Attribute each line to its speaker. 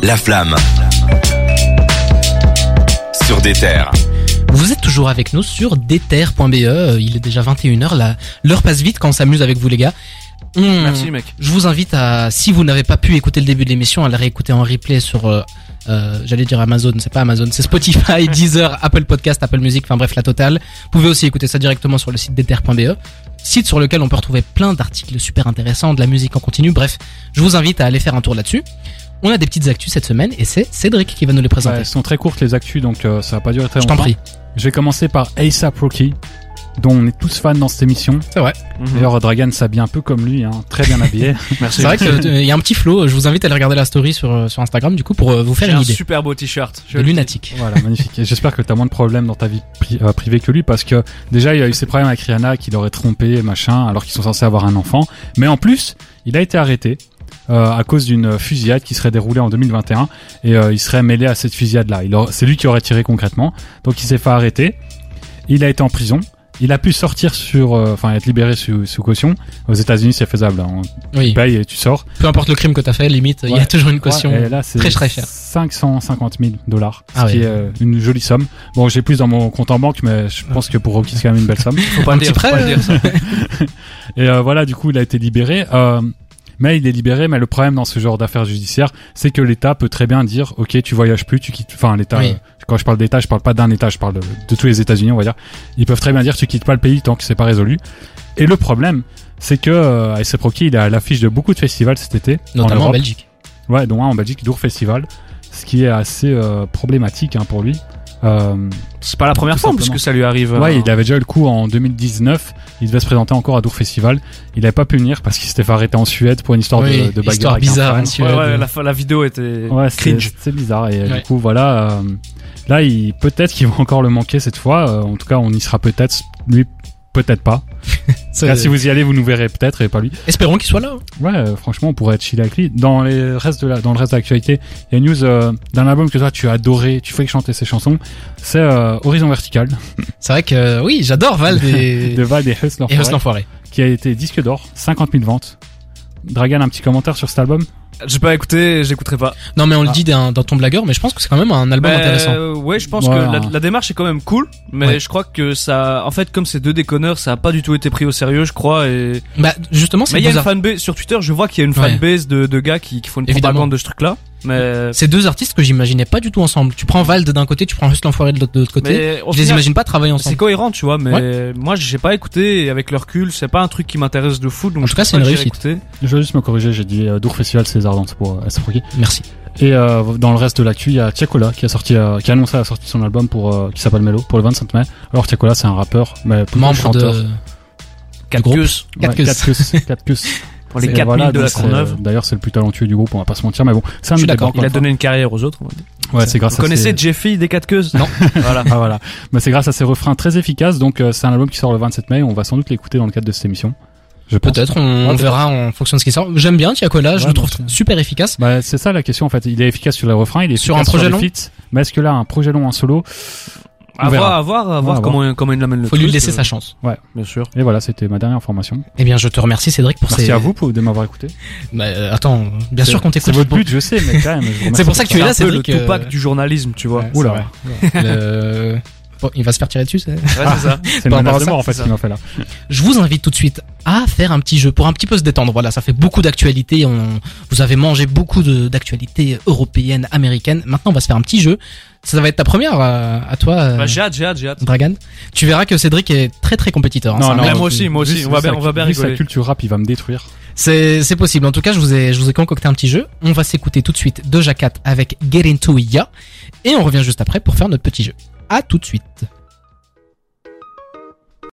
Speaker 1: La flamme. Sur des terres.
Speaker 2: Vous êtes toujours avec nous sur déterre.be. euh, Il est déjà 21h là. L'heure passe vite quand on s'amuse avec vous les gars.
Speaker 3: Mhm.
Speaker 2: Hum,
Speaker 4: Merci mec.
Speaker 2: Je vous invite à, si vous n'avez pas pu écouter le début de l'émission, à la réécouter en replay sur, euh, euh, j'allais dire Amazon, c'est pas Amazon, c'est Spotify, Deezer, Apple Podcast, Apple Music, enfin bref, la totale. Vous pouvez aussi écouter ça directement sur le site déterre.be, E. site sur lequel on peut retrouver plein d'articles super intéressants, de la musique en continu, bref, je vous invite à aller faire un tour là-dessus. On a des petites actus cette semaine et c'est Cédric qui va nous les
Speaker 4: Ouais,
Speaker 2: présenter.
Speaker 4: elles sont très courtes les actus donc euh, ça va pas durer très
Speaker 2: je
Speaker 4: longtemps.
Speaker 2: t'en prie.
Speaker 4: Je vais commencer par ASAP Rocky dont on est tous fans dans cette émission.
Speaker 2: C'est vrai.
Speaker 3: Mhm.
Speaker 4: D'ailleurs Dragan s'habille un peu comme lui, hein, très bien habillé.
Speaker 2: C'est vrai qu'il y a un petit flow. Je vous invite à aller regarder la story sur, euh, sur Instagram, du coup, pour euh, vous faire
Speaker 3: J'ai
Speaker 2: une
Speaker 3: un
Speaker 2: idée.
Speaker 3: super beau t-shirt. Je
Speaker 2: De
Speaker 3: le dis.
Speaker 2: lunatique.
Speaker 4: voilà, magnifique. Et J'espère que t'as moins de problèmes dans ta vie pri- euh, privée que lui parce que déjà il a eu ses problèmes avec Rihanna qui l'aurait trompé machin alors qu'ils sont censés avoir un enfant. Mais en plus il a été arrêté. euh, à cause d'une fusillade qui serait déroulée en 2021 et euh, il serait mêlé à cette fusillade là. C'est lui qui aurait tiré concrètement. Donc il s'est fait arrêter. Il a été en prison. Il a pu sortir sur, euh, enfin être libéré sous, sous caution. Aux États-Unis, c'est faisable. hein.
Speaker 2: Oui.
Speaker 4: Tu payes et tu sors.
Speaker 2: Peu importe le crime que t'as fait, limite, il y a
Speaker 4: Ouais.
Speaker 2: toujours une caution.
Speaker 4: Ouais, et là, c'est
Speaker 2: très, très cher.
Speaker 4: 550 000 dollars, ce
Speaker 2: Ah
Speaker 4: qui
Speaker 2: ouais.
Speaker 4: est euh, une jolie somme. Bon, j'ai plus dans mon compte en banque, mais je pense que pour Rocky, c'est quand même une belle somme.
Speaker 3: Faut pas
Speaker 2: Un
Speaker 3: le
Speaker 2: petit
Speaker 3: dire, faut
Speaker 2: prêt, euh,
Speaker 3: pas le dire, ça.
Speaker 4: Et euh, voilà, du coup, il a été libéré. Euh, mais il est libéré, mais le problème dans ce genre d'affaires judiciaires, c'est que l'État peut très bien dire, ok, tu voyages plus, tu quittes. Enfin, l'État.
Speaker 2: Oui.
Speaker 4: euh, quand je parle d'État, je parle pas d'un État, je parle de, de tous les États-Unis, on va dire. Ils peuvent très bien dire, tu quittes pas le pays tant que c'est pas résolu. Et le problème, c'est que euh, ASAP Rocky, il est à l'affiche de beaucoup de festivals cet été, en
Speaker 2: Notamment en,
Speaker 4: Europe.
Speaker 2: Belgique.
Speaker 4: Ouais, dont un en Belgique, Dour Festival, ce qui est assez euh, problématique hein, pour lui. Euh,
Speaker 3: C'est pas la première
Speaker 4: Tout
Speaker 3: fois en
Speaker 4: simplement.
Speaker 2: hein.
Speaker 3: plus que ça lui arrive.
Speaker 4: ouais,
Speaker 3: euh,
Speaker 4: il avait déjà eu le coup en 2019. Il devait se présenter encore à Dour Festival. Il n'avait pas pu venir parce qu'il s'était fait arrêter en Suède pour une histoire
Speaker 2: Oui,
Speaker 4: de, de bagarre.
Speaker 2: histoire
Speaker 4: avec un
Speaker 2: bizarre. hein.
Speaker 4: fan.
Speaker 2: en
Speaker 3: Ouais,
Speaker 2: Suède.
Speaker 3: ouais, la, la vidéo était
Speaker 4: Ouais, c'est
Speaker 3: cringe.
Speaker 4: c'est bizarre. Et
Speaker 2: Ouais.
Speaker 4: du coup, voilà. euh, là, il peut-être qu'il va encore le manquer cette fois. Euh, en tout cas, on y sera peut-être. Lui, peut-être pas.
Speaker 2: C'est-
Speaker 4: Là, si vous y allez, vous nous verrez peut-être et pas lui.
Speaker 2: Espérons qu'il soit là. hein.
Speaker 4: Ouais, euh, franchement, on pourrait être chill avec lui. Dans les restes de la, dans le reste de l'actualité, il y a une news euh, d'un album que toi tu as adoré, tu fais que chanter ses chansons. C'est euh, Horizon Vertical
Speaker 2: C'est vrai que, euh, oui, j'adore Val des...
Speaker 4: de Val et Hustler,
Speaker 2: et Host
Speaker 4: Forêt,
Speaker 2: l'Enfoiré.
Speaker 4: qui a été disque d'or, 50 000 ventes. Dragan, un petit commentaire sur cet album
Speaker 3: J'ai pas écouté, j'écouterai pas.
Speaker 2: Non, mais on le
Speaker 4: Ah.
Speaker 2: dit dans, dans ton blagueur, mais je pense que c'est quand même un album
Speaker 3: Mais,
Speaker 2: intéressant.
Speaker 3: euh, ouais, je pense
Speaker 4: Ouais,
Speaker 3: que la,
Speaker 4: hein.
Speaker 3: la démarche est quand même cool, mais
Speaker 2: Ouais.
Speaker 3: je crois que ça, en fait, comme ces deux déconneurs, ça a pas du tout été pris au sérieux, je crois. Et...
Speaker 2: Bah, justement, c'est
Speaker 3: Mais il y a une
Speaker 2: bizarre.
Speaker 3: fanbase sur Twitter, je vois qu'il y a une
Speaker 2: Ouais.
Speaker 3: fanbase de, de gars qui, qui font une
Speaker 2: Évidemment.
Speaker 3: propagande de ce truc-là. Mais,
Speaker 2: Ces deux artistes que j'imaginais pas du tout ensemble. Tu prends Vald d'un côté, tu prends Hustle l'Enfoiré de l'autre de l'autre côté.
Speaker 3: mais au
Speaker 2: Je les
Speaker 3: final,
Speaker 2: imagine pas travailler
Speaker 3: c'est
Speaker 2: ensemble.
Speaker 3: cohérent, tu vois. Mais moi, j'ai pas écouté. Et avec le recul, c'est pas un truc qui m'intéresse de fou. Donc
Speaker 2: En tout
Speaker 3: je
Speaker 2: cas,
Speaker 3: pense
Speaker 2: c'est une
Speaker 3: pas que
Speaker 2: réussite.
Speaker 3: j'irai écouter.
Speaker 4: Je vais juste me corriger, j'ai dit euh, Dour Festival César Dance pour euh, Astro Rocky.
Speaker 2: Merci.
Speaker 4: Et euh, dans le reste de l'actu, il y a Tiakola qui a sorti, euh, qui a annoncé la sortie de son album pour euh, qui s'appelle Mello pour le 25 mai. Alors Tiakola, c'est un rappeur, mais plutôt
Speaker 2: Membre
Speaker 4: chanteur.
Speaker 2: de...
Speaker 3: Quatre
Speaker 2: groupe.
Speaker 3: queues
Speaker 2: Quatre queues.
Speaker 4: Ouais, quatre queues, quatre queues.
Speaker 3: pour les
Speaker 4: Et
Speaker 3: 4000
Speaker 4: voilà,
Speaker 3: de la
Speaker 2: euh,
Speaker 4: donc, c'est- euh,
Speaker 3: Courneuve.
Speaker 4: D'ailleurs, c'est le plus talentueux du groupe, on va pas se mentir, mais bon, c'est un
Speaker 2: Je suis
Speaker 4: des
Speaker 2: d'accord.
Speaker 4: grands
Speaker 3: Il a
Speaker 4: copains.
Speaker 3: donné une carrière aux autres. on va dire.
Speaker 4: Ouais, c'est grâce
Speaker 3: Vous
Speaker 4: à
Speaker 3: connaissez
Speaker 4: ses...
Speaker 3: Jeffy des quatre queues Non. voilà.
Speaker 4: Ah, voilà. Mais c'est grâce à ses refrains très efficaces, donc euh, c'est un album qui sort le 27 mai, on va sans doute l'écouter dans le cadre de cette émission. Je pense.
Speaker 2: Peut-être, on, on
Speaker 4: Ouais,
Speaker 2: verra en fonction de ce qui sort. J'aime bien Tiakola, je
Speaker 4: Ouais,
Speaker 2: le trouve
Speaker 4: moi aussi.
Speaker 2: super efficace.
Speaker 4: Bah, c'est ça la question en fait. Il est efficace sur les refrains, il est
Speaker 2: Sur
Speaker 4: efficace
Speaker 2: un projet
Speaker 4: les feats, mais est-ce que là un projet long en solo
Speaker 3: À voir,
Speaker 4: verra.
Speaker 3: à voir, à
Speaker 4: On
Speaker 3: voir
Speaker 4: va
Speaker 3: comment, comment il l'amène le
Speaker 2: Faut
Speaker 3: truc.
Speaker 2: lui laisser
Speaker 3: euh,
Speaker 2: sa chance.
Speaker 3: Bien sûr.
Speaker 4: Et voilà, c'était ma dernière information.
Speaker 2: Eh bien, je te remercie Cédric pour
Speaker 4: Merci
Speaker 2: ces...
Speaker 4: à vous pour de m'avoir écouté.
Speaker 2: Bah, euh, attends, bien sûr qu'on
Speaker 4: C'est
Speaker 2: t'écoute.
Speaker 4: votre but, je sais, mais quand même. je vous remercie
Speaker 2: pour ça que tu
Speaker 4: ça.
Speaker 2: es là,
Speaker 3: un peu le
Speaker 2: Cédric, euh,
Speaker 3: Tupac du journalisme, tu vois.
Speaker 2: Ouais,
Speaker 4: Oula.
Speaker 2: Le- Bon, il va se faire tirer dessus. c'est-
Speaker 3: Ouais, c'est ça.
Speaker 4: C'est une
Speaker 2: Par rapport à
Speaker 4: menace de
Speaker 2: ça,
Speaker 4: mort en fait
Speaker 3: c'est
Speaker 4: ce qu'il m'a fait là.
Speaker 2: Je vous invite tout de suite à faire un petit jeu pour un petit peu se détendre. Voilà, ça fait beaucoup d'actualités. On... Vous avez mangé beaucoup de- d'actualités européennes, américaines. Maintenant, on va se faire un petit jeu. Ça va être ta première euh, à toi, euh,
Speaker 3: Bah, j'ai hâte, j'ai hâte, j'ai hâte.
Speaker 2: Dragan. Tu verras que Cédric est très très compétiteur. hein.
Speaker 4: Non,
Speaker 2: C'est un
Speaker 4: non,
Speaker 2: mec
Speaker 3: Ouais,
Speaker 4: on-
Speaker 3: moi
Speaker 2: qui-
Speaker 3: aussi, moi aussi.
Speaker 4: Vu
Speaker 3: On va
Speaker 4: sa-
Speaker 3: bien, on va bien
Speaker 4: vu sa
Speaker 3: rigoler.
Speaker 4: culture rap, il va me détruire.
Speaker 2: C'est, c'est possible. En tout cas, je vous ai, je vous ai concocté un petit jeu. On va s'écouter tout de suite de Cat avec Get Into Ya. Et on revient juste après pour faire notre petit jeu. À tout de suite.